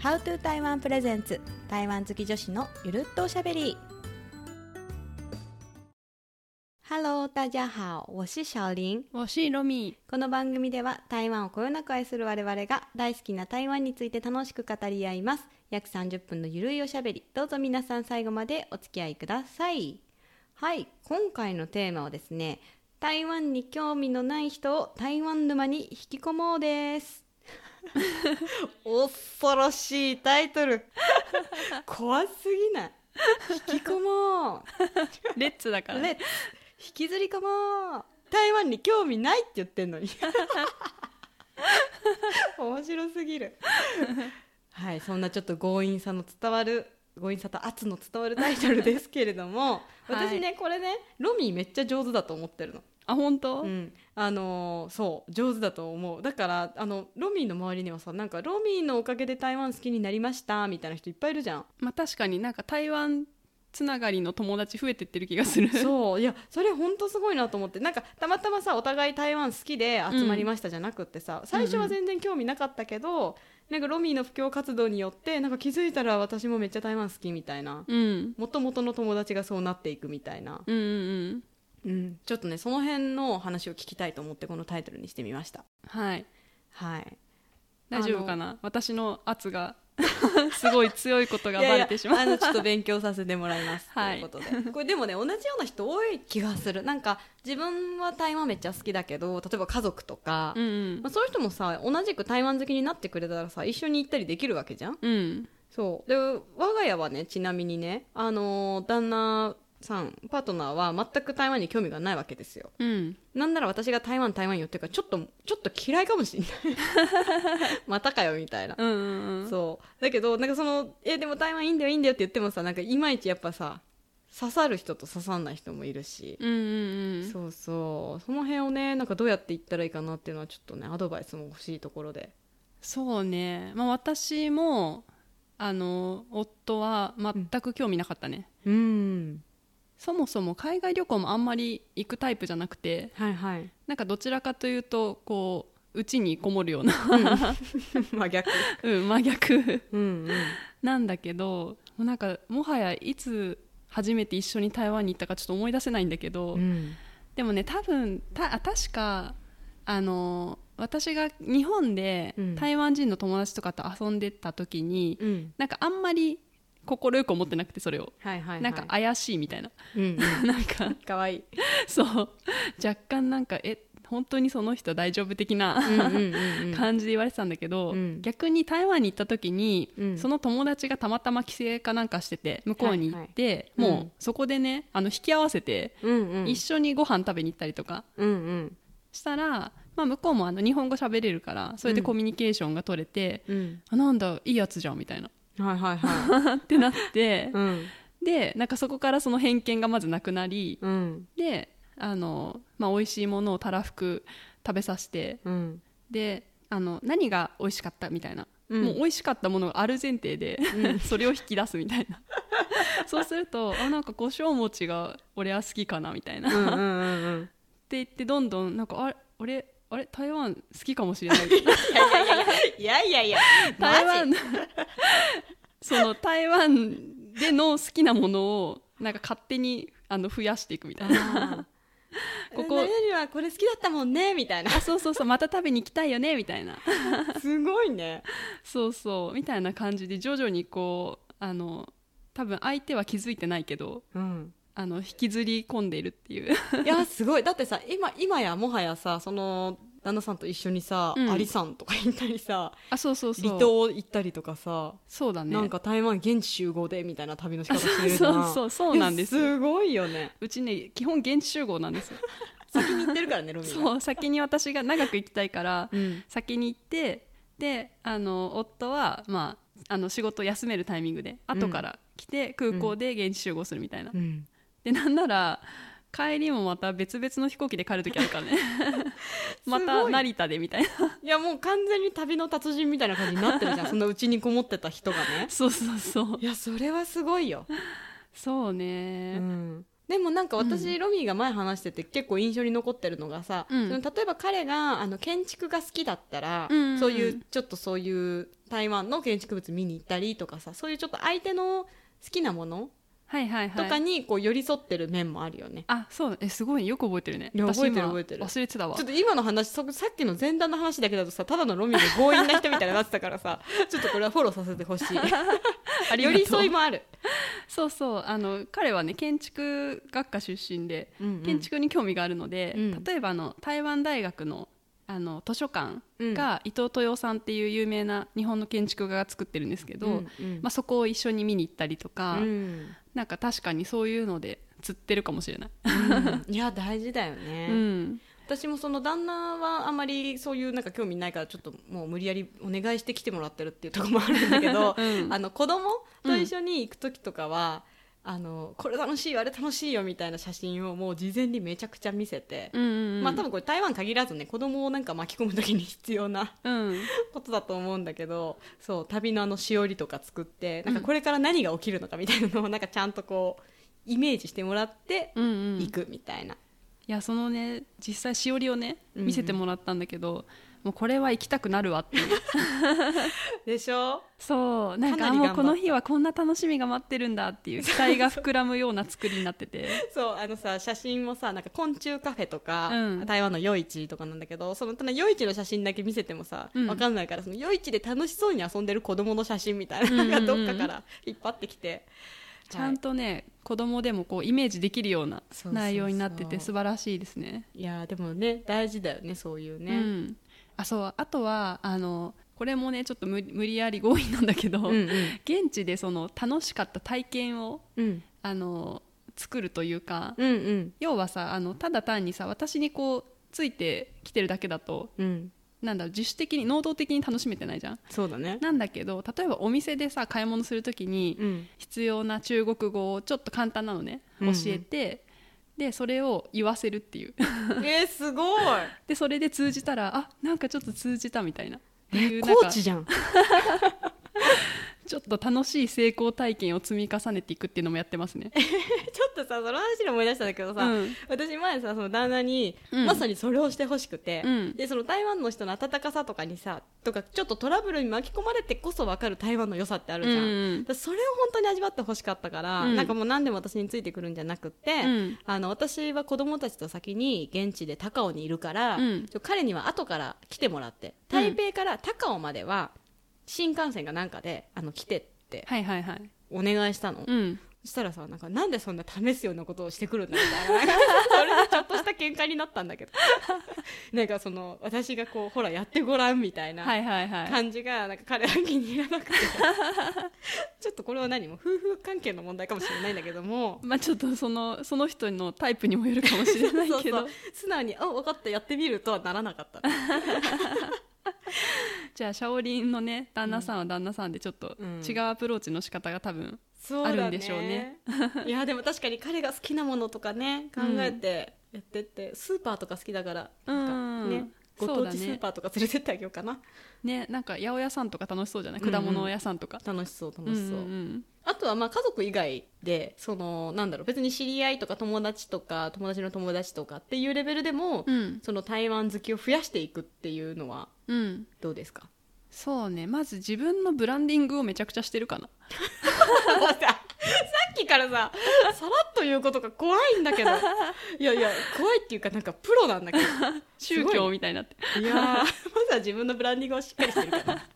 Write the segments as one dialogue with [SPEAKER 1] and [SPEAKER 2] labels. [SPEAKER 1] How to 台湾プレゼンツ台湾好き女子のゆるっとおしゃべり Hello 大家好我是小林
[SPEAKER 2] 我是ロミ
[SPEAKER 1] この番組では台湾をこよなく愛する我々が大好きな台湾について楽しく語り合います約30分のゆるいおしゃべりどうぞ皆さん最後までお付き合いくださいはい今回のテーマはですね台湾に興味のない人を台湾沼に引き込もうです 恐ろしいタイトル 怖すぎない引き込もう
[SPEAKER 2] ー。レッツだから、
[SPEAKER 1] ね
[SPEAKER 2] ね。
[SPEAKER 1] 引きずり込もう台湾に興味ないって言ってんのに 面白すぎるはいそんなちょっと強引さの伝わる強引さと圧の伝わるタイトルですけれども私ね、これねロミーめっちゃ上手だと思ってるの、
[SPEAKER 2] あ、本当、
[SPEAKER 1] うん、あのーそう上手だと思うだからあのロミーの周りにはさなんかロミーのおかげで台湾好きになりましたみたいな人いっぱいいるじゃん
[SPEAKER 2] まあ確かになんか台湾つながりの友達増えてってる気 がする。
[SPEAKER 1] そういやそれ本当すごいなと思ってなんかたまたまさお互い台湾好きで集まりましたじゃなくってさ、最初は全然興味なかったけど、なんかロミーの布教活動によってなんか気づいたら私もめっちゃ台湾好きみたいな
[SPEAKER 2] うん。
[SPEAKER 1] もともとの友達がそうなっていくみたいな、
[SPEAKER 2] うんうん
[SPEAKER 1] う
[SPEAKER 2] うん。
[SPEAKER 1] ん、ちょっとねその辺の話を聞きたいと思ってこのタイトルにしてみました
[SPEAKER 2] はい。
[SPEAKER 1] はい
[SPEAKER 2] 大丈夫かな私の圧がすごい強いことがバレてしまう。
[SPEAKER 1] いやいやあのちょっと勉強させてもらいます
[SPEAKER 2] はい
[SPEAKER 1] ということでこれでもね同じような人多い気がするなんか自分は台湾めっちゃ好きだけど例えば家族とか、
[SPEAKER 2] うんうん
[SPEAKER 1] まあ、そういう人もさ同じく台湾好きになってくれたらさ一緒に行ったりできるわけじゃん
[SPEAKER 2] うん。
[SPEAKER 1] そうで我が家はねちなみにねあのー旦那さんパートナーは全く台湾に興味がないわけですよ
[SPEAKER 2] うん。
[SPEAKER 1] なんなら私が台湾台湾よっていうからちょっとちょっと嫌いかもし れないまたかよみたいな
[SPEAKER 2] うんうんうん。
[SPEAKER 1] そうだけどなんかその「えでも台湾いいんだよいいんだよ」って言ってもさなんかいまいちやっぱさ刺さる人と刺さんない人もいるし、
[SPEAKER 2] うんうんうん。
[SPEAKER 1] そうそうその辺をねなんかどうやっていったらいいかなっていうのはちょっとねアドバイスも欲しいところで
[SPEAKER 2] そうね。まあ私も、あの、夫は全く興味なかったね。
[SPEAKER 1] うん
[SPEAKER 2] そもそも海外旅行もあんまり行くタイプじゃなくて、
[SPEAKER 1] はいはい
[SPEAKER 2] なんかどちらかというとこううちにこもるよう な、
[SPEAKER 1] 真逆
[SPEAKER 2] うん、真逆
[SPEAKER 1] うんうん
[SPEAKER 2] なんだけどもうなんかもはやいつ初めて一緒に台湾に行ったかちょっと思い出せないんだけど、
[SPEAKER 1] うん
[SPEAKER 2] でもね多分たあ確かあの私が日本で
[SPEAKER 1] うん
[SPEAKER 2] 台湾人の友達とかと遊んでた時に、
[SPEAKER 1] うん
[SPEAKER 2] なんかあんまり快く思ってなくてそれを、
[SPEAKER 1] はいはい、はい、
[SPEAKER 2] なんか怪しいみたいな、
[SPEAKER 1] うん、
[SPEAKER 2] なんか
[SPEAKER 1] うん、かわいい
[SPEAKER 2] そう若干なんかえ本当にその人大丈夫的な、
[SPEAKER 1] うんうんうん
[SPEAKER 2] 感じで言われてたんだけど、
[SPEAKER 1] うん
[SPEAKER 2] 逆に台湾に行った時に、
[SPEAKER 1] うん
[SPEAKER 2] その友達がたまたま帰省かなんかしてて向こうに行って、
[SPEAKER 1] はいはいうん
[SPEAKER 2] もうそこでねあの引き合わせて、
[SPEAKER 1] うんうん
[SPEAKER 2] 一緒にご飯食べに行ったりとか
[SPEAKER 1] うんうん
[SPEAKER 2] したら、まあ、向こうもあの日本語喋れるからそれでコミュニケーションが取れて、
[SPEAKER 1] うん
[SPEAKER 2] あなんだいいやつじゃんみたいな
[SPEAKER 1] はいはいは
[SPEAKER 2] ってなって
[SPEAKER 1] い、うん
[SPEAKER 2] でなんかそこからその偏見がまずなくなり
[SPEAKER 1] うん
[SPEAKER 2] であの、まあ、美味しいものをたらふく食べさせて
[SPEAKER 1] うん
[SPEAKER 2] であの何が美味しかったみたいな、
[SPEAKER 1] うん
[SPEAKER 2] もう美味しかったものがある前提で、 それを引き出すみたいな そうするとあなんか胡椒餅が俺は好きかなみたいな、
[SPEAKER 1] う
[SPEAKER 2] っ
[SPEAKER 1] ん
[SPEAKER 2] て
[SPEAKER 1] うんうん
[SPEAKER 2] 言ってどんどんなんかあれ俺あれ台湾好きかもしれない
[SPEAKER 1] いやいやいや
[SPEAKER 2] 台
[SPEAKER 1] マジ
[SPEAKER 2] 湾 その台湾での好きなものをなんか勝手にあの増やしていくみたいな
[SPEAKER 1] こ
[SPEAKER 2] こ
[SPEAKER 1] こ
[SPEAKER 2] こ
[SPEAKER 1] 何々はこれ好きだったもんねみたいな
[SPEAKER 2] あそうそうそうまた食べに行きたいよねみたいな
[SPEAKER 1] すごいね
[SPEAKER 2] そうそうみたいな感じで徐々にこうあの多分相手は気づいてないけど
[SPEAKER 1] うん
[SPEAKER 2] あの引きずり込んでいるっていう
[SPEAKER 1] いやすごいだってさ今今やもはやさその旦那さんと一緒にさ、
[SPEAKER 2] うん
[SPEAKER 1] アリさんとか行ったりさ
[SPEAKER 2] あそうそうそう
[SPEAKER 1] 離島行ったりとかさ、
[SPEAKER 2] そうだね
[SPEAKER 1] なんか台湾現地集合でみたいな旅の仕
[SPEAKER 2] あ
[SPEAKER 1] 方してるじ
[SPEAKER 2] そ
[SPEAKER 1] ゃ
[SPEAKER 2] うんそうそうそうなんです
[SPEAKER 1] いやすごいよね
[SPEAKER 2] うちね基本現地集合な んですよ
[SPEAKER 1] 先に行ってるからねロミがう、
[SPEAKER 2] そう先に私が長く行きたいから
[SPEAKER 1] ん、
[SPEAKER 2] 先に行ってであの夫は、まあ、あの仕事休めるタイミングで後から来て空港で現地集合するみたいな、
[SPEAKER 1] うん、
[SPEAKER 2] でなんなら帰りもまた別々の飛行機で帰る時あ るからねまた成田でみたいない
[SPEAKER 1] やもう完全に旅の達人みたいな感じになってるじゃんそのうちにこもってた人がね
[SPEAKER 2] そうそうそう
[SPEAKER 1] いやそれはすごいよ、
[SPEAKER 2] そう
[SPEAKER 1] う
[SPEAKER 2] ね、
[SPEAKER 1] ん、でもなんか私、ロミーが前話してて結構印象に残ってるのがさ、
[SPEAKER 2] うん
[SPEAKER 1] その例えば彼があの建築が好きだったら、
[SPEAKER 2] うんうんうん
[SPEAKER 1] そういうちょっとそういう台湾の建築物見に行ったりとかさそういうちょっと相手の好きなもの
[SPEAKER 2] はいはい
[SPEAKER 1] と
[SPEAKER 2] は
[SPEAKER 1] か
[SPEAKER 2] い
[SPEAKER 1] にこう寄り添ってる面もあるよね。
[SPEAKER 2] あそうえすごいよく覚えてるね
[SPEAKER 1] いや
[SPEAKER 2] 私
[SPEAKER 1] 覚えてる
[SPEAKER 2] 今
[SPEAKER 1] 覚えてる
[SPEAKER 2] 忘れてたわ
[SPEAKER 1] ちょっと今の話そさっきの前段の話だけだとさただのロミーが強引な人みたいになってたから さちょっとこれはフォローさせてほしい
[SPEAKER 2] ありが
[SPEAKER 1] 寄
[SPEAKER 2] とう
[SPEAKER 1] り添いもある、
[SPEAKER 2] そうそうあの彼はね建築学科出身で建
[SPEAKER 1] 建築
[SPEAKER 2] 築に興味があるので、
[SPEAKER 1] うん
[SPEAKER 2] 例えばあの台湾大学のあの図書館が伊藤豊さんっていう有名な日本の建築家が作ってるんですけど、
[SPEAKER 1] うんうん
[SPEAKER 2] まあ、そこを一緒に見に行ったりとか、
[SPEAKER 1] うん
[SPEAKER 2] なんか確かにそういうので釣ってるかもしれない。
[SPEAKER 1] いや大事だよね、
[SPEAKER 2] うん
[SPEAKER 1] 私もその旦那はあまりそういうなんか興味ないからちょっともう無理やりお願いして来てもらってるっていうところもあるんだけ ど、あの子供と一緒に行く時とかは、あのこれ楽しいよあれ楽しいよみたいな写真をもう事前にめちゃくちゃ見せて、
[SPEAKER 2] うんうんうん
[SPEAKER 1] まあ多分これ台湾限らずね子供をなんか巻き込む時に必要な
[SPEAKER 2] うん
[SPEAKER 1] ことだと思うんだけどそう旅のあのしおりとか作ってなんかこれから何が起きるのかみたいなのをなんかちゃんとこうイメージしてもらって
[SPEAKER 2] うんうん
[SPEAKER 1] 行くみたいな。
[SPEAKER 2] いやそのね実際しおりをね
[SPEAKER 1] うんうん
[SPEAKER 2] 見せてもらったんだけど、もうこれは行きたくなるわっていう
[SPEAKER 1] でしょ
[SPEAKER 2] そうなん
[SPEAKER 1] か
[SPEAKER 2] か
[SPEAKER 1] なり頑張
[SPEAKER 2] もうこの日はこんな楽しみが待ってるんだっていう期待が膨らむような作りになっ てて
[SPEAKER 1] そうあのさ写真もさなんか昆虫カフェとか、
[SPEAKER 2] うん
[SPEAKER 1] 台湾の夜市とかなんだけどそのただ夜市の写真だけ見せてもさ、
[SPEAKER 2] うん
[SPEAKER 1] わかんないからその夜市で楽しそうに遊んでる子供の写真みたいなのが
[SPEAKER 2] うんうん
[SPEAKER 1] ど
[SPEAKER 2] う
[SPEAKER 1] っ
[SPEAKER 2] ん
[SPEAKER 1] かから引っ張ってきて、
[SPEAKER 2] ちゃん
[SPEAKER 1] は
[SPEAKER 2] とね、子供でもこうイメージできるような
[SPEAKER 1] そうそうそう
[SPEAKER 2] 内容になってて素晴らしいですね。
[SPEAKER 1] い、いやーでもね大事だよねそういう
[SPEAKER 2] う
[SPEAKER 1] ね。
[SPEAKER 2] ん、あそうあとはあのこれもねちょっと無無理やり強引なんだけど、
[SPEAKER 1] うん
[SPEAKER 2] 現地でその楽しかった体験を
[SPEAKER 1] うん
[SPEAKER 2] あの作るというか、
[SPEAKER 1] うんうん
[SPEAKER 2] 要はさあのただ単にさ私にこうついてきてるだけだと
[SPEAKER 1] うん
[SPEAKER 2] なんだろう自主的に能動的に楽しめてないじゃん。
[SPEAKER 1] そうだね。
[SPEAKER 2] なんだけど例えばお店でさ買い物するときに、
[SPEAKER 1] うん
[SPEAKER 2] 必要な中国語をちょっと簡単なのね
[SPEAKER 1] うん
[SPEAKER 2] 教
[SPEAKER 1] うん
[SPEAKER 2] えて、でそれを言わせるっていう
[SPEAKER 1] えー、すごい。
[SPEAKER 2] でそれで通じたらあなんかちょっと通じたみたいなっていうなん
[SPEAKER 1] コ
[SPEAKER 2] か
[SPEAKER 1] ーチじゃん。
[SPEAKER 2] ちょっと楽しい成功体験を積み重ねていくっていうのもやってますね。
[SPEAKER 1] ちょっとさその話で思い出したんだけどさ、
[SPEAKER 2] うん
[SPEAKER 1] 私前さその旦那に、
[SPEAKER 2] うん
[SPEAKER 1] まさにそれをしてほしくて、
[SPEAKER 2] うん
[SPEAKER 1] でその台湾の人の温かさとかにさとかちょっとトラブルに巻き込まれてこそ分かる台湾の良さってあるじゃん、
[SPEAKER 2] うんうん
[SPEAKER 1] だからそれを本当に味わってほしかったから、
[SPEAKER 2] うん
[SPEAKER 1] なんかもう何でも私についてくるんじゃなくって、
[SPEAKER 2] うん
[SPEAKER 1] あの私は子供たちと先に現地で高尾にいるから、
[SPEAKER 2] うん
[SPEAKER 1] ちょ彼には後から来てもらって
[SPEAKER 2] う
[SPEAKER 1] 台
[SPEAKER 2] ん
[SPEAKER 1] 北から高尾までは新幹線がなんかであの来てって
[SPEAKER 2] はいはいはい。
[SPEAKER 1] お願いしたの、
[SPEAKER 2] うん。
[SPEAKER 1] そしたらさなんかなんでそんな試すようなことをしてくるんだみたい なそれでちょっとした喧嘩になったんだけどなんかその私がこうほらやってごらんみたい
[SPEAKER 2] は
[SPEAKER 1] ない
[SPEAKER 2] はいはい。
[SPEAKER 1] 感じがなんか彼は気に入らな くてちょっとこれは何も夫婦関係の問題かもしれないんだけども
[SPEAKER 2] まあちょっとそのその人のタイプにもよるかもしれな い
[SPEAKER 1] そう
[SPEAKER 2] け
[SPEAKER 1] そ
[SPEAKER 2] ど
[SPEAKER 1] う素直に「あ分かったやってみる」とはならなかった、
[SPEAKER 2] じゃあシャオリンのね旦那さんは旦那さんでちょっと
[SPEAKER 1] うん
[SPEAKER 2] 違うアプローチの仕方が多分
[SPEAKER 1] そう
[SPEAKER 2] あるんでしょうね
[SPEAKER 1] いやでも確かに彼が好きなものとかね考えてやってって、スーパーとか好きだからなんかね、
[SPEAKER 2] うん
[SPEAKER 1] ご
[SPEAKER 2] そ
[SPEAKER 1] 当
[SPEAKER 2] うだ
[SPEAKER 1] 地
[SPEAKER 2] ね
[SPEAKER 1] スーパーとか連れてってあげようかな、
[SPEAKER 2] ねなんか八百屋さんとか楽しそうじゃない
[SPEAKER 1] うんうん
[SPEAKER 2] 果物屋さんとか、
[SPEAKER 1] 楽しそう楽しそう、
[SPEAKER 2] うんうん
[SPEAKER 1] あとはまあ家族以外でそのなんだろう別に知り合いとか友達とか友達の友達とかっていうレベルでも、
[SPEAKER 2] うん
[SPEAKER 1] その台湾好きを増やしていくっていうのは
[SPEAKER 2] うんうん
[SPEAKER 1] どう ですか
[SPEAKER 2] そうねまず自分のブランディングをめちゃくちゃしてるかな
[SPEAKER 1] さっきからささらっと言うことが怖いんだけどいやいや怖いっていうかなんかプロなんだけ どす
[SPEAKER 2] 宗
[SPEAKER 1] ごい
[SPEAKER 2] 教みたいになって
[SPEAKER 1] いやーまずは自分のブランディングをしっかりしてるから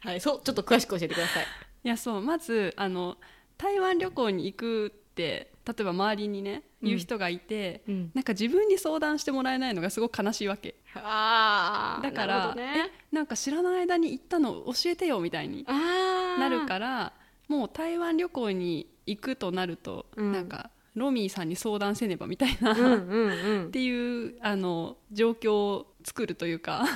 [SPEAKER 1] はいそうちょっと詳しく教えてください
[SPEAKER 2] いやそうまずあの台湾旅行に行くって例えば周りにね
[SPEAKER 1] うん
[SPEAKER 2] 言う人がいて、
[SPEAKER 1] うん
[SPEAKER 2] なんか自分に相談してもらえないのがすごく悲しいわけ
[SPEAKER 1] あ
[SPEAKER 2] だからえなんか知らない間に行ったの教えてよみたいに
[SPEAKER 1] あー
[SPEAKER 2] なるからもう台湾旅行に行くとなると、
[SPEAKER 1] うん
[SPEAKER 2] なんかロミーさんに相談せねばみたいな、
[SPEAKER 1] うん
[SPEAKER 2] っ
[SPEAKER 1] うんうん
[SPEAKER 2] ていうあの状況を作るというか、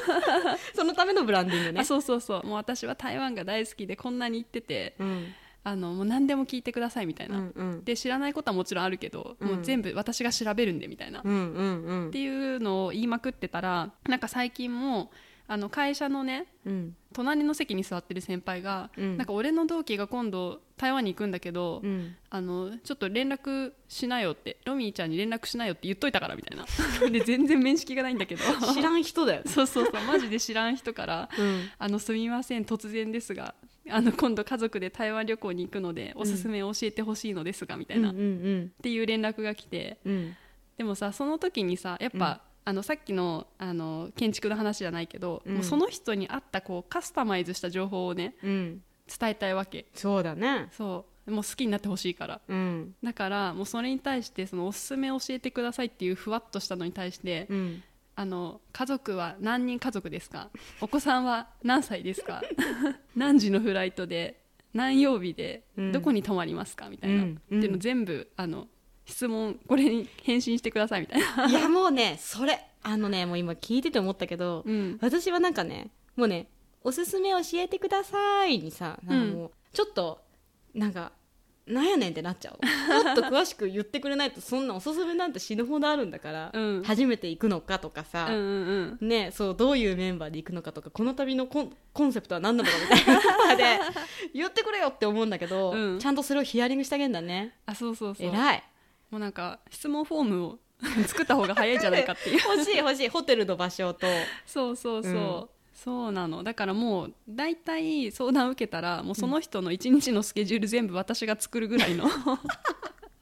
[SPEAKER 1] そのためのブランディングね
[SPEAKER 2] あ そうそうそうもう私は台湾が大好きでこんなに行ってて
[SPEAKER 1] うん
[SPEAKER 2] あのもう何でも聞いてくださいみたいうな、
[SPEAKER 1] んうん
[SPEAKER 2] で知らないことはもちろんあるけど、もう全部私が調べるんでみたいな、
[SPEAKER 1] うんうんう
[SPEAKER 2] っ
[SPEAKER 1] ん
[SPEAKER 2] ていうのを言いまくってたらなんか最近もあの会社のね
[SPEAKER 1] うん
[SPEAKER 2] 隣の席に座ってる先輩が、
[SPEAKER 1] うん
[SPEAKER 2] なんか俺の同期が今度台湾に行くんだけど、
[SPEAKER 1] うん
[SPEAKER 2] あのちょっと連絡しなよってロミーちゃんに連絡しなよって言っといたからみたいな で全然面識がないんだけど
[SPEAKER 1] 知らん人だよ、
[SPEAKER 2] そうそうそうマジで知らん人から
[SPEAKER 1] うん、
[SPEAKER 2] あのすみません突然ですがあの今度家族で台湾旅行に行くのでおすすめを教えてほしいのですがみたいな、
[SPEAKER 1] う
[SPEAKER 2] っ
[SPEAKER 1] んうん
[SPEAKER 2] ていう連絡が来て
[SPEAKER 1] うんうん
[SPEAKER 2] でもさその時にさやっぱ、あのさっきのあの建築の話じゃないけど、
[SPEAKER 1] うん
[SPEAKER 2] もうその人に合ったこうカスタマイズした情報をね
[SPEAKER 1] うん
[SPEAKER 2] 伝えたいわけ
[SPEAKER 1] そうだね
[SPEAKER 2] そうもう好きになってほしいから
[SPEAKER 1] うん
[SPEAKER 2] だからもうそれに対してそのおすすめ教えてくださいっていうふわっとしたのに対して、
[SPEAKER 1] うん
[SPEAKER 2] あの家族は何人家族で すかお子さんは何歳ですか何時のフライトで何曜日で
[SPEAKER 1] うん
[SPEAKER 2] どこに泊まりますかみたいな、
[SPEAKER 1] うん
[SPEAKER 2] っていうの全部あの質問これに返信してくださいみたいな、
[SPEAKER 1] いやもうねそれあのねもう今聞いてて思ったけど、
[SPEAKER 2] うん
[SPEAKER 1] 私はなんかねもうね「おすすめ教えてください」にさなんかもう、ちょっとなんかなんやねんってなっちゃうもっと詳しく言ってくれないとそんなおすすめなんて死ぬほどあるんだから、
[SPEAKER 2] うん
[SPEAKER 1] 初めて行くのかとかさ、
[SPEAKER 2] うんうんうん
[SPEAKER 1] ね、そうどういうメンバーで行くのかとかこの旅のコンコンセプトは何なのかみたいなまで 言ってくれよって思うんだけど、
[SPEAKER 2] うん
[SPEAKER 1] ちゃんとそれをヒアリングしてあげんだね
[SPEAKER 2] あそうそうそうも
[SPEAKER 1] 偉いう
[SPEAKER 2] なんか質問フォームを作った方が早いんじゃないかっていう
[SPEAKER 1] 欲しい欲しいホテルの場所と
[SPEAKER 2] そうそうそう、
[SPEAKER 1] うん
[SPEAKER 2] そうなのだからもう大体相談受けたらもうその人の一日のスケジュール全部私が作るぐ らいの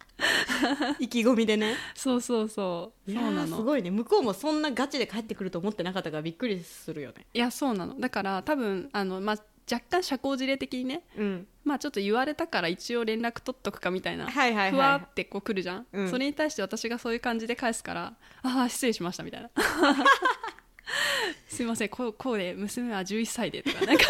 [SPEAKER 1] 意気込みでね
[SPEAKER 2] そうそうそう
[SPEAKER 1] い
[SPEAKER 2] そ
[SPEAKER 1] や
[SPEAKER 2] うな
[SPEAKER 1] ーす
[SPEAKER 2] の
[SPEAKER 1] ごいね向こうもそんなガチで帰ってくると思ってなかったからびっくりするよね
[SPEAKER 2] いやそうなのだから多分あの、まあ、若干社交辞令的にね
[SPEAKER 1] うん
[SPEAKER 2] まあちょっと言われたから一応連絡取っとくかみたいな、
[SPEAKER 1] はいはい
[SPEAKER 2] ふわ
[SPEAKER 1] は
[SPEAKER 2] ーってこう来るじゃん、
[SPEAKER 1] うん
[SPEAKER 2] それに対して私がそういう感じで返すからああ失礼しましたみたい な すいませんこうこうで娘は11歳でとかなんか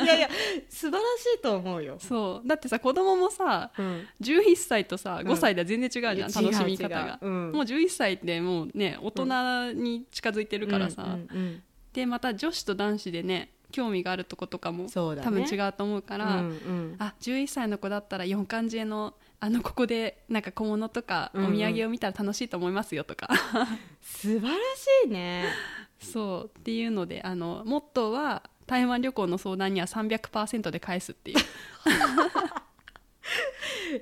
[SPEAKER 1] いいやいや素晴らしいと思うよ、
[SPEAKER 2] そうだってさ子供もさ
[SPEAKER 1] うん、
[SPEAKER 2] 11歳とさ
[SPEAKER 1] うん
[SPEAKER 2] 5歳では全然違うじゃん、
[SPEAKER 1] いや
[SPEAKER 2] 楽しみ方
[SPEAKER 1] 違う違
[SPEAKER 2] が
[SPEAKER 1] ううん
[SPEAKER 2] もう11歳ってもうね大人に近づいてるからさ、
[SPEAKER 1] うんうん
[SPEAKER 2] でまた女子と男子でね興味があるとことかも、
[SPEAKER 1] そうだね
[SPEAKER 2] 多分違うと思うか
[SPEAKER 1] うん
[SPEAKER 2] ら、
[SPEAKER 1] うんうん
[SPEAKER 2] あ11歳の子だったら四漢字のあのここでなんか小物とかお
[SPEAKER 1] うんうん
[SPEAKER 2] 土産を見たら楽しいと思いますよ とか、
[SPEAKER 1] 素晴らしいね
[SPEAKER 2] そうっていうのであのモットーは台湾旅行の相談には300%で返すっていう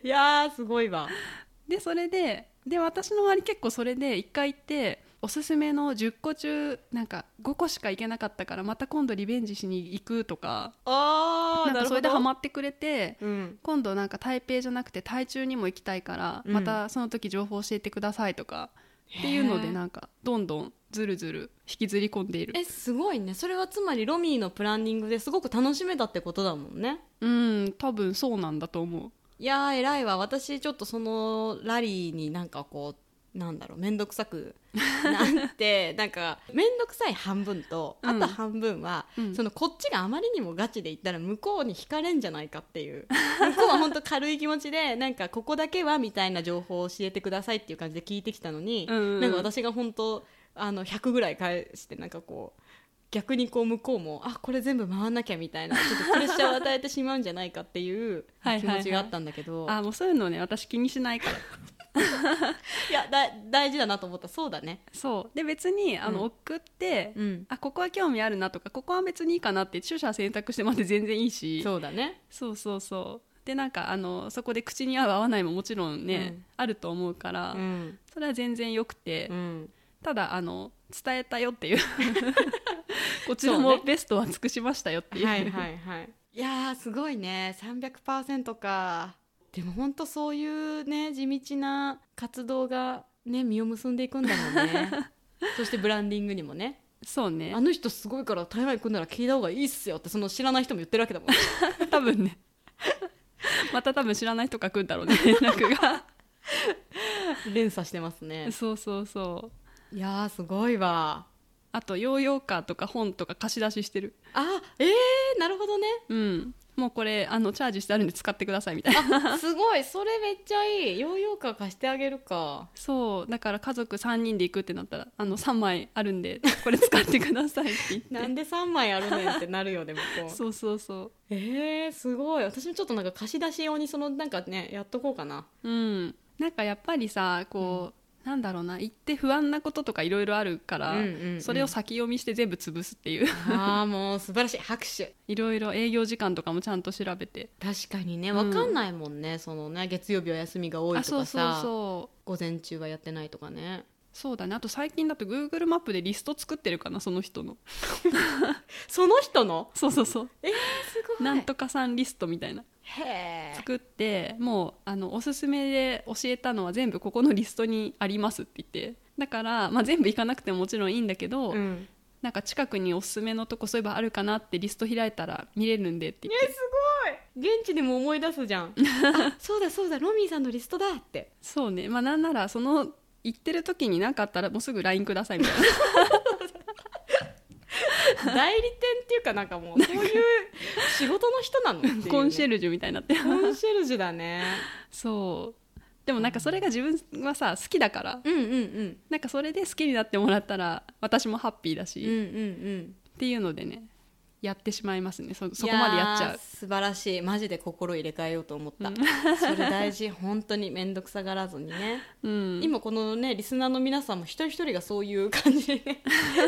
[SPEAKER 1] いやーすごいわ
[SPEAKER 2] でそれでで私の周り結構それで1回行っておすすめの10個中なんか5個しか行けなかったからまた今度リベンジしに行くとか
[SPEAKER 1] あ
[SPEAKER 2] な
[SPEAKER 1] ーな
[SPEAKER 2] んか
[SPEAKER 1] る
[SPEAKER 2] そ
[SPEAKER 1] ほ
[SPEAKER 2] れで
[SPEAKER 1] ど
[SPEAKER 2] ハマってくれて
[SPEAKER 1] うん
[SPEAKER 2] 今度なんか台北じゃなくて台中にも行きたいから、
[SPEAKER 1] うん
[SPEAKER 2] またその時情報教えてくださいとかっていうの
[SPEAKER 1] へ
[SPEAKER 2] で
[SPEAKER 1] ー
[SPEAKER 2] なんかどんどんずるずる引きずり込んでいる
[SPEAKER 1] えすごいねそれはつまりロミーのプランニングですごく楽しめたってことだもんね
[SPEAKER 2] うん多分そうなんだと思う
[SPEAKER 1] いやー偉いわ私ちょっとそのラリーになんかこうなんだろう面倒くさく なんてなんか面倒くさい半分と
[SPEAKER 2] う
[SPEAKER 1] あ
[SPEAKER 2] ん
[SPEAKER 1] と半分は、
[SPEAKER 2] うん
[SPEAKER 1] そのこっちがあまりにもガチで言ったら向こうに惹かれんじゃないかって いう向こうは本当軽い気持ちでなんかここだけはみたいな情報を教えてくださいっていう感じで聞いてきたのに、
[SPEAKER 2] うんうん
[SPEAKER 1] なんか私が本当あの100ぐらい返してなんかこう。逆にこう向こうもあこれ全部回んなきゃみたいなちょっとプレッシャーを与えてしまうんじゃないかって いう
[SPEAKER 2] はい
[SPEAKER 1] 気
[SPEAKER 2] はいはい
[SPEAKER 1] 持ちがあったんだけど、
[SPEAKER 2] あもうそういうのね私気にしないから
[SPEAKER 1] いやだ大事だなと思ったそうだね
[SPEAKER 2] そうで別にあの、
[SPEAKER 1] うん
[SPEAKER 2] 送って、
[SPEAKER 1] ん
[SPEAKER 2] あここは興味あるなとかここは別にいいかなって取捨選択してまで全然いいし
[SPEAKER 1] そうだね
[SPEAKER 2] そうそうそうでなんかあのそこで口に合う合わないももちろんね、
[SPEAKER 1] うん
[SPEAKER 2] あると思うから、
[SPEAKER 1] うん、
[SPEAKER 2] それは全然よくて、
[SPEAKER 1] うん、
[SPEAKER 2] ただあの伝えたよ っていうこちらもベストは尽くしましたよっていう
[SPEAKER 1] はいはいはい いやーすごいね300%かでもほんとそういうね地道な活動がね実を結んでいくんだもんね そしてブランディングにもね
[SPEAKER 2] そうね
[SPEAKER 1] あの人すごいから台湾行くんなら聞いた方がいいっすよってその知らない人も言ってるわけ だもん
[SPEAKER 2] 多 分ねまた多分知らない人が来るんだろうね連絡が
[SPEAKER 1] 連鎖してます ね
[SPEAKER 2] そうそうそう
[SPEAKER 1] いやーすごいわ
[SPEAKER 2] あとヨーヨーカーとか本とか貸し出ししてる
[SPEAKER 1] あえー、なるほどね
[SPEAKER 2] うんもうこれあのチャージしてあるんで使ってくださいみたい な
[SPEAKER 1] すごいそれめっちゃいいヨーヨーカー貸してあげるか
[SPEAKER 2] そうだから家族3人で行くってなったらあの3枚あるんで これ使ってくださいって言っ て
[SPEAKER 1] なんで3枚あるねんってなるよね向 こう
[SPEAKER 2] そうそうそ
[SPEAKER 1] えー、すごい私もちょっとなんか貸し出し用にそのなんかねやっとこうかな
[SPEAKER 2] ううんなんかやっぱりさこう、なんだろうな行って不安なこととかいろいろあるから、
[SPEAKER 1] うんうんうん
[SPEAKER 2] それを先読みして全部潰すっていう
[SPEAKER 1] ああもう素晴らしい拍手
[SPEAKER 2] いろいろ営業時間とかもちゃんと調べて
[SPEAKER 1] 確かにね
[SPEAKER 2] うん
[SPEAKER 1] 分かんないもんね、そのね月曜日は休みが多い
[SPEAKER 2] あ
[SPEAKER 1] と
[SPEAKER 2] そう
[SPEAKER 1] か
[SPEAKER 2] そう
[SPEAKER 1] さ
[SPEAKER 2] そう
[SPEAKER 1] 午前中はやってないとかね
[SPEAKER 2] そうだねあと最近だと Google マップでリスト作ってるかなその人の
[SPEAKER 1] その人の
[SPEAKER 2] そうそうそう、
[SPEAKER 1] えー、すごい
[SPEAKER 2] なんとかさんリストみたいな
[SPEAKER 1] へえ
[SPEAKER 2] 作ってもうあのおすすめで教えたのは全部ここのリストにありますって言ってだから、まあ、全部行かなくてももちろんいいんだけど、
[SPEAKER 1] うん
[SPEAKER 2] なんか近くにおすすめのとこそういえばあるかなってリスト開いたら見れるんでって言って
[SPEAKER 1] すごい現地でも思い出すじゃ んあそうだそうだロミーさんのリストだって
[SPEAKER 2] そうねまあなんならその行ってる時に何かあったらもうすぐ LINE くださいみたい な
[SPEAKER 1] 代理店っていうかなんかもうそういう仕事の人なのっていうね
[SPEAKER 2] コンシェルジュみたいになって
[SPEAKER 1] コンシェルジュだね
[SPEAKER 2] そうでもなんかそれが自分はさ好きだから
[SPEAKER 1] うんうんうん
[SPEAKER 2] なんかそれで好きになってもらったら私もハッピーだし、
[SPEAKER 1] うんうん
[SPEAKER 2] っ
[SPEAKER 1] うん
[SPEAKER 2] ていうのでねやってしまいますねそそこまでやっち
[SPEAKER 1] い
[SPEAKER 2] ゃ
[SPEAKER 1] ー
[SPEAKER 2] う
[SPEAKER 1] 素晴らしいマジで心入れ替えようと思った、
[SPEAKER 2] うん
[SPEAKER 1] それ大事 本当に面倒くさがらずにね、
[SPEAKER 2] うん、
[SPEAKER 1] 今このねリスナーの皆さんも一人一人がそういう感じにね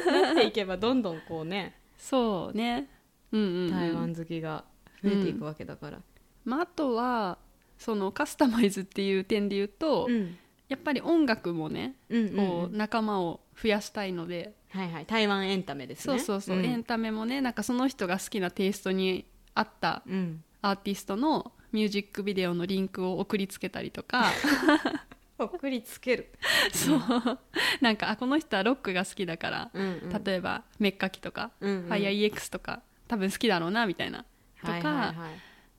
[SPEAKER 1] なっていけばどんどんこうね
[SPEAKER 2] そうね、うんうんうん
[SPEAKER 1] 台湾好きが増えていくわけだから、
[SPEAKER 2] まあ、あとはそのカスタマイズっていう点で言うと、
[SPEAKER 1] うん
[SPEAKER 2] やっぱり音楽もね
[SPEAKER 1] うんうんうん
[SPEAKER 2] こう仲間を増やしたいので、
[SPEAKER 1] はいはい台湾エンタメです
[SPEAKER 2] そ
[SPEAKER 1] ね
[SPEAKER 2] うそうそう、
[SPEAKER 1] ん
[SPEAKER 2] エンタメもねなんかその人が好きなテイストに合った
[SPEAKER 1] うん
[SPEAKER 2] アーティストのミュージックビデオのリンクを送りつけたりと か
[SPEAKER 1] 送りつける、
[SPEAKER 2] そうなんかあこの人はロックが好きだから、
[SPEAKER 1] うんうん
[SPEAKER 2] 例えばメッカキとか、
[SPEAKER 1] うんうん
[SPEAKER 2] ファイヤー EX とか多分好きだろうなみたいなとか、
[SPEAKER 1] はいはいはい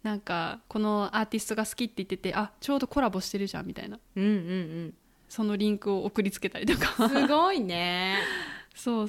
[SPEAKER 2] なんかこのアーティストが好きって言っててあちょうどコラボしてるじゃんみたいな
[SPEAKER 1] うんうん
[SPEAKER 2] そのリンクを送りつけたりと
[SPEAKER 1] う
[SPEAKER 2] か
[SPEAKER 1] んすごいね
[SPEAKER 2] そう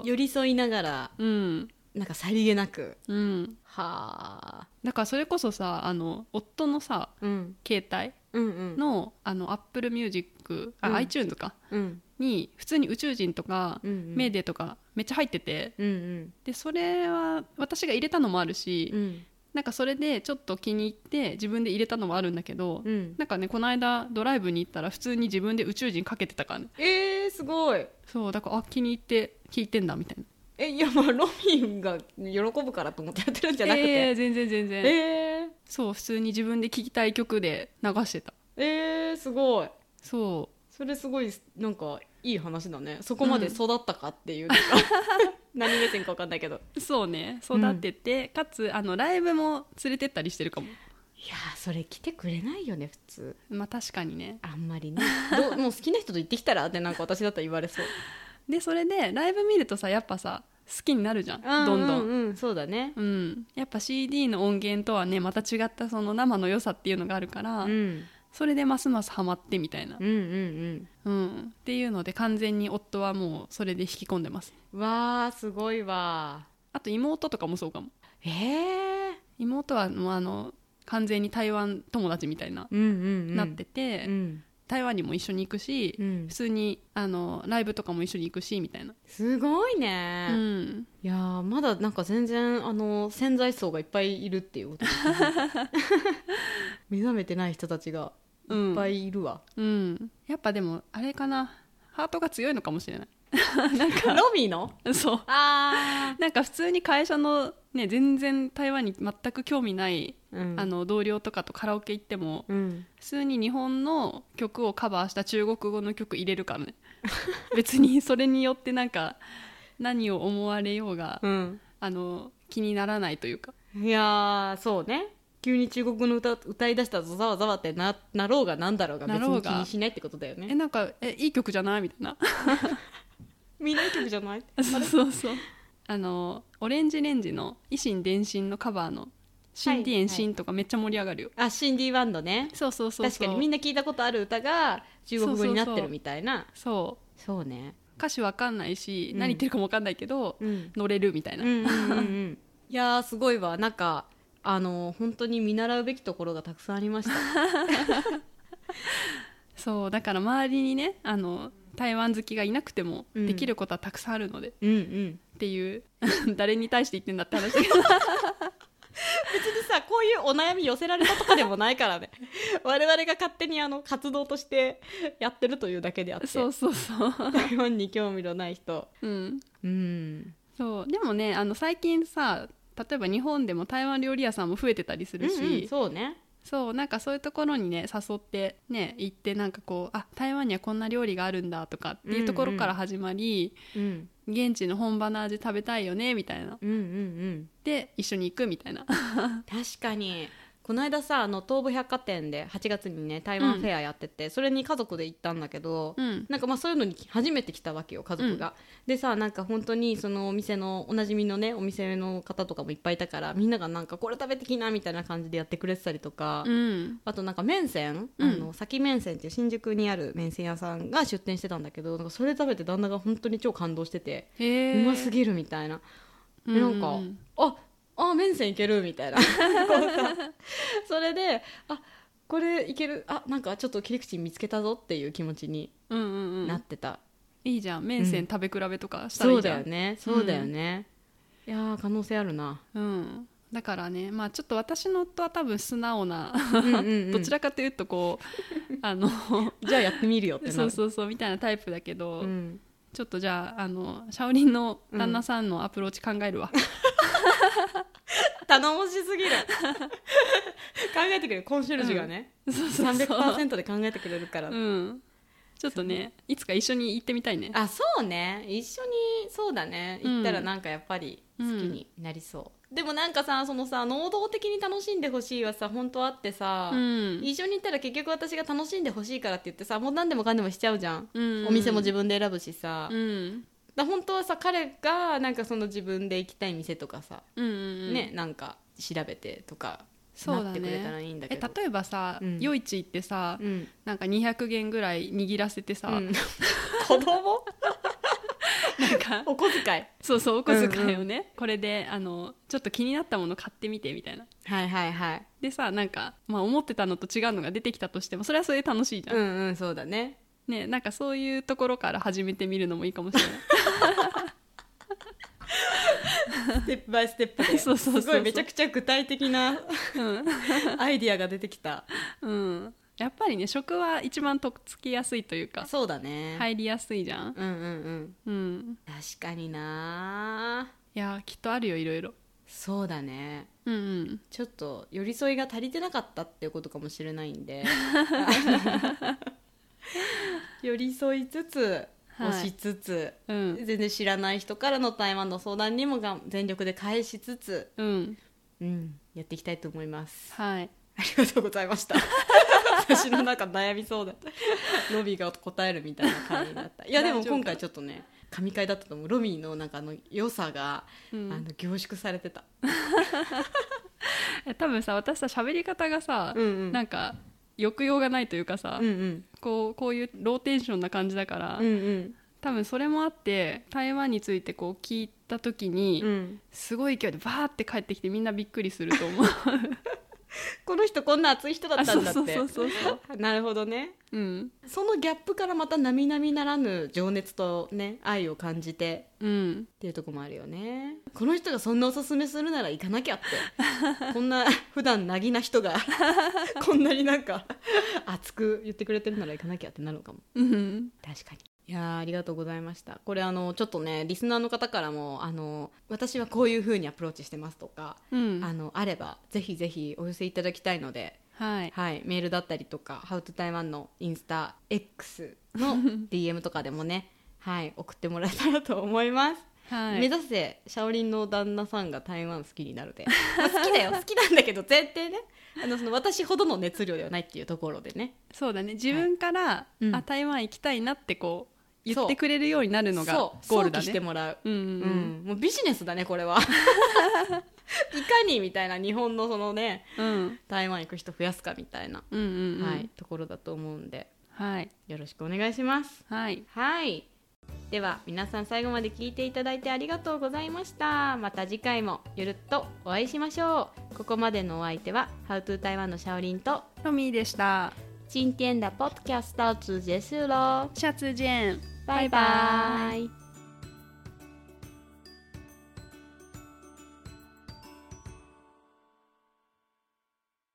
[SPEAKER 1] 寄り添いながら
[SPEAKER 2] ううん
[SPEAKER 1] なんかさりげなく
[SPEAKER 2] うん
[SPEAKER 1] はあ、
[SPEAKER 2] だからそれこそさあの夫のさ
[SPEAKER 1] うん、
[SPEAKER 2] 携帯
[SPEAKER 1] うんうん
[SPEAKER 2] のあの Apple Music あ、
[SPEAKER 1] うん
[SPEAKER 2] iTunes か
[SPEAKER 1] うん
[SPEAKER 2] に普通に宇宙人とか、
[SPEAKER 1] うんうん
[SPEAKER 2] メーデーとかめっちゃ入ってて
[SPEAKER 1] うんうん
[SPEAKER 2] でそれは私が入れたのもあるし、
[SPEAKER 1] うん
[SPEAKER 2] なんかそれでちょっと気に入って自分で入れたのもあるんだけど、
[SPEAKER 1] うん
[SPEAKER 2] なんかねこの間ドライブに行ったら普通に自分で宇宙人かけてたからね
[SPEAKER 1] えー、すごい
[SPEAKER 2] そうだからあ気に入って聞いてんだみたいな
[SPEAKER 1] えいやまあロミンが喜ぶからと思ってやってるんじゃなくて
[SPEAKER 2] え
[SPEAKER 1] え
[SPEAKER 2] ー全然全
[SPEAKER 1] ー、
[SPEAKER 2] 然
[SPEAKER 1] えー
[SPEAKER 2] そう普通に自分で聴きたい曲で流してた
[SPEAKER 1] えーすごい
[SPEAKER 2] そ
[SPEAKER 1] それすごいなんかいい話だねそこまで育ったかっていう、なんか何目線か分かんないけど
[SPEAKER 2] うそうね育てて、かつあのライブも連れてったりしてるかも
[SPEAKER 1] いやーそれ来てくれないよね普通
[SPEAKER 2] まあ確かにね
[SPEAKER 1] あんまりねどうもう好きな人と行ってきたらってなんか私だったら言われそう
[SPEAKER 2] でそれでライブ見るとさやっぱさ好きになるじゃんどんどん、
[SPEAKER 1] うんそうだね
[SPEAKER 2] うん、やっぱ CD の音源とはねまた違ったその生の良さっていうのがあるから、
[SPEAKER 1] うん
[SPEAKER 2] それでますますハマってみたいな
[SPEAKER 1] う、んうん
[SPEAKER 2] うん、っていうので完全に夫はもうそれで引き込んでます
[SPEAKER 1] うんわあすごいわ
[SPEAKER 2] あと妹とかもそうかも
[SPEAKER 1] ーえー、
[SPEAKER 2] 妹はもうあの完全に台湾友達みたいな、
[SPEAKER 1] うんうん、うん、
[SPEAKER 2] なってて、
[SPEAKER 1] うん
[SPEAKER 2] 台湾にも一緒に行くし、
[SPEAKER 1] うん
[SPEAKER 2] 普通にあのライブとかも一緒に行くしみたいな、
[SPEAKER 1] すごいうね、
[SPEAKER 2] ん、
[SPEAKER 1] いやーまだなんか全然あの潜在層がいっぱいいるっていうこ とですね目覚めてない人たちがいっぱいいるわ、
[SPEAKER 2] うん、やっぱでもあれかなハートが強いのかもしれない
[SPEAKER 1] ロビー の
[SPEAKER 2] そう
[SPEAKER 1] あ
[SPEAKER 2] なんか普通に会社のね全然台湾に全く興味ない、
[SPEAKER 1] あ、うん、
[SPEAKER 2] あの同僚とかとカラオケ行っても
[SPEAKER 1] うん
[SPEAKER 2] 普通に日本の曲をカバーした中国語の曲入れ るからね別にそれによってなんか何を思われようが、
[SPEAKER 1] うん
[SPEAKER 2] あの気にならないというか
[SPEAKER 1] いやーそうね急に中国語の歌歌い出したらざわざわってななろうがなんだろうが別
[SPEAKER 2] なろ
[SPEAKER 1] に
[SPEAKER 2] う
[SPEAKER 1] 気
[SPEAKER 2] が
[SPEAKER 1] にしないってことだよ
[SPEAKER 2] え
[SPEAKER 1] ね
[SPEAKER 2] なんかえいい曲じゃないみた いな
[SPEAKER 1] みんな曲じゃない
[SPEAKER 2] そうそうそうあのオレンジレンジの「維新伝心」のカバーの「シンディエンシン」とかめっちゃ盛り上がるよ、
[SPEAKER 1] あシンディ・ワンドね
[SPEAKER 2] そうそうそうそう
[SPEAKER 1] 確かにみんな聞いたことある歌が中国語になってるみたいな
[SPEAKER 2] そう
[SPEAKER 1] そうね
[SPEAKER 2] 歌詞わかんないし、
[SPEAKER 1] うん
[SPEAKER 2] 何言ってるかもわかんないけど、
[SPEAKER 1] うん
[SPEAKER 2] 乗れるみたいな、
[SPEAKER 1] うんうんうんうんいやーすごいわなんかあのー本当に見習うべきところがたくさんありました
[SPEAKER 2] そうだから周りにねあの台湾好きがいなくても
[SPEAKER 1] うん
[SPEAKER 2] できることはたくさんあるので、
[SPEAKER 1] うんうん
[SPEAKER 2] っていう誰に対して言ってんだって話だけど
[SPEAKER 1] 別にさこういうお悩み寄せられたとかでもないからね 我々が勝手にあの活動としてやってるというだけであって
[SPEAKER 2] そうそうそう、
[SPEAKER 1] 台湾に興味のない人
[SPEAKER 2] うん、
[SPEAKER 1] うん
[SPEAKER 2] そうでもねあの最近さ例えば日本でも台湾料理屋さんも増えてたりするし、
[SPEAKER 1] うんうんそうね
[SPEAKER 2] そうなんかそういうところにね誘ってね行ってなんかこうあ台湾にはこんな料理があるんだとかっていうところから始まり、
[SPEAKER 1] うん
[SPEAKER 2] 現地の本場の味食べたいよねみたいな
[SPEAKER 1] うんうんうん
[SPEAKER 2] で一緒に行くみた いな
[SPEAKER 1] 確かにこの間さあの東武百貨店で8月にね台湾フェアやってて、それに家族で行ったんだけど、
[SPEAKER 2] うん
[SPEAKER 1] なんかまあそういうのに初めて来たわけよ家族が、でさなんか本当にそのお店のおなじみのねお店の方とかもいっぱいいたからみんながなんかこれ食べてきなみたいな感じでやってくれてたりとか、
[SPEAKER 2] うん
[SPEAKER 1] あとなんか麺線、あの先麺線っていう新宿にある麺線屋さんが出店してたんだけどなんかそれ食べて旦那が本当に超感動してて、
[SPEAKER 2] へえ
[SPEAKER 1] うますぎるみたいなで
[SPEAKER 2] う
[SPEAKER 1] なんか、ああ麺線いけるみたいな こうさそれであこれいけるあなんかちょっと切り口見つけたぞっていう気持ちに
[SPEAKER 2] うんうんう
[SPEAKER 1] なっ
[SPEAKER 2] ん
[SPEAKER 1] てた、
[SPEAKER 2] いいじゃん麺線食べ比べとかしたらい
[SPEAKER 1] そ
[SPEAKER 2] いうじ
[SPEAKER 1] だ
[SPEAKER 2] ゃん
[SPEAKER 1] よねそうだよね、いやー可能性あるな
[SPEAKER 2] うん、だからねまあちょっと私の夫は多分素直な、
[SPEAKER 1] うんうん、うん、
[SPEAKER 2] どちらかというとこうあの
[SPEAKER 1] じゃあやってみるよってなる
[SPEAKER 2] そうそうそうみたいなタイプだけど、
[SPEAKER 1] うん
[SPEAKER 2] ちょっとじゃああのシャオリンの旦那さんのアプローチ考えるわ、
[SPEAKER 1] 頼もしすぎる 考えてくれるコンシェルジュがね、
[SPEAKER 2] そうそうそう
[SPEAKER 1] 300%で考えてくれるから、
[SPEAKER 2] うん、ちょっとねいつか一緒に行ってみたいね
[SPEAKER 1] あそうね一緒にそうだね
[SPEAKER 2] うん
[SPEAKER 1] 行ったらなんかやっぱり好きになりそう、でもなんかさそのさ能動的に楽しんでほしいはさ本当あってさ、
[SPEAKER 2] うん
[SPEAKER 1] 一緒に行ったら結局私が楽しんでほしいからって言ってさもう何でもかんでもしちゃうじゃん、
[SPEAKER 2] うん
[SPEAKER 1] お店も自分で選ぶしさ、
[SPEAKER 2] うんうん
[SPEAKER 1] だ本当はさ彼がなんかその自分で行きたい店とかさ、
[SPEAKER 2] うんうん
[SPEAKER 1] ねなんか調べてとか
[SPEAKER 2] そ
[SPEAKER 1] な
[SPEAKER 2] う
[SPEAKER 1] っ
[SPEAKER 2] だ
[SPEAKER 1] てくれたら
[SPEAKER 2] ね
[SPEAKER 1] いいんだけ
[SPEAKER 2] え
[SPEAKER 1] ど、
[SPEAKER 2] 例えばさ、
[SPEAKER 1] うん
[SPEAKER 2] 夜市行ってさ、
[SPEAKER 1] うん
[SPEAKER 2] なんか200元ぐらい握らせてさ、
[SPEAKER 1] うん子供
[SPEAKER 2] な んか
[SPEAKER 1] お小遣い
[SPEAKER 2] そうそうお小遣いをね、これであのちょっと気になったもの買ってみてみたいな
[SPEAKER 1] はいはいはい
[SPEAKER 2] でさなんか、まあ、思ってたのと違うのが出てきたとしてもそれはそれで楽しいじゃん、
[SPEAKER 1] うんうんそうだね
[SPEAKER 2] ねなんかそういうところから始めてみるのもいいかもしれ ない
[SPEAKER 1] ステップバイステップで
[SPEAKER 2] そうそうそうそう
[SPEAKER 1] すごいめちゃくちゃ具体的な アイディアが出てきた
[SPEAKER 2] うんやっぱりね食は一番とっつきやすいというか
[SPEAKER 1] そうだねい
[SPEAKER 2] 入りやすいじゃん
[SPEAKER 1] うんうんうん
[SPEAKER 2] うん
[SPEAKER 1] 確かにない
[SPEAKER 2] やきっとあるよいろいろ
[SPEAKER 1] そうだね
[SPEAKER 2] うんうん
[SPEAKER 1] ちょっと寄り添いが足りてなかったっていうことかもしれないん で寄り添いつつ
[SPEAKER 2] はい
[SPEAKER 1] 押しつつ、
[SPEAKER 2] うん
[SPEAKER 1] 全然知らない人からの台湾の相談にもが全力で返しつつ、
[SPEAKER 2] うん
[SPEAKER 1] うん、やっていきたいと思います
[SPEAKER 2] はい
[SPEAKER 1] ありがとうございま した。私の中悩みそうだった。ロビーが答えるみたいな感じになった。いやでも
[SPEAKER 2] 大丈夫か
[SPEAKER 1] 今回ちょっとね、神回だったと思う。ロビーのなんかあの良さが、
[SPEAKER 2] うん
[SPEAKER 1] あの凝縮されてた。
[SPEAKER 2] え多分さ私さ喋り方がさ、
[SPEAKER 1] うんうん
[SPEAKER 2] なんか抑揚がないというかさ、
[SPEAKER 1] うんうん。
[SPEAKER 2] こうこういうローテンションな感じだから、
[SPEAKER 1] うんうん。
[SPEAKER 2] 多分それもあって台湾についてこう聞いた時に、
[SPEAKER 1] うん、
[SPEAKER 2] すごい勢いでバーって帰ってきてみんなびっくりする と思う
[SPEAKER 1] この人こんな熱い人だったんだ
[SPEAKER 2] あ
[SPEAKER 1] っ
[SPEAKER 2] そう
[SPEAKER 1] て
[SPEAKER 2] そうそうそう
[SPEAKER 1] なるほどね
[SPEAKER 2] うん
[SPEAKER 1] そのギャップからまた並々ならぬ情熱とね愛を感じて
[SPEAKER 2] うん
[SPEAKER 1] っていうとこもあるよねこの人がそんなおすすめするなら行かなきゃってこんな普段なぎな人 がこんなになんか熱く言ってくれてるなら行かなきゃってなるのかも
[SPEAKER 2] うん
[SPEAKER 1] 確かにいやーありがとうございましたこれあのちょっとねリスナーの方からもあの私はこういう風にアプローチしてますとか、
[SPEAKER 2] うん
[SPEAKER 1] あのあればぜひぜひお寄せいただきたいので
[SPEAKER 2] はい
[SPEAKER 1] はい、メールだったりとか「How to Taiwan」のインスタ X の DM とかでもね、はい、送ってもらえたらと思います、
[SPEAKER 2] はい
[SPEAKER 1] 目指せシャオリンの旦那さんが台湾好きになる で、まあ好きだよ好きなんだけど前提ねあのその私ほどの熱量ではないっていうところでね
[SPEAKER 2] そうだね自分から、
[SPEAKER 1] うん
[SPEAKER 2] あ台湾行きたいなってこう言
[SPEAKER 1] そ
[SPEAKER 2] っ
[SPEAKER 1] う
[SPEAKER 2] てくれるようになるのが
[SPEAKER 1] そう
[SPEAKER 2] ゴールだ
[SPEAKER 1] 想起して
[SPEAKER 2] ね
[SPEAKER 1] もらう、
[SPEAKER 2] うんう
[SPEAKER 1] うんん
[SPEAKER 2] うん
[SPEAKER 1] もうビジネスだねこれは いかにみたいな日本のそのね
[SPEAKER 2] うん
[SPEAKER 1] 台湾行く人増やすかみたいな、
[SPEAKER 2] うんうんうん
[SPEAKER 1] はい、ところだと思うんで
[SPEAKER 2] はい
[SPEAKER 1] よろしくお願いします
[SPEAKER 2] はい
[SPEAKER 1] はい。では皆さん最後まで聞いていただいてありがとうございました。また次回もゆるっとお会いしましょう。ここまでのお相手は How to Taiwan のシャオリンと
[SPEAKER 2] トミーでした
[SPEAKER 1] 今天的 Podcast 到此结束喽，
[SPEAKER 2] 下次见
[SPEAKER 1] 拜拜。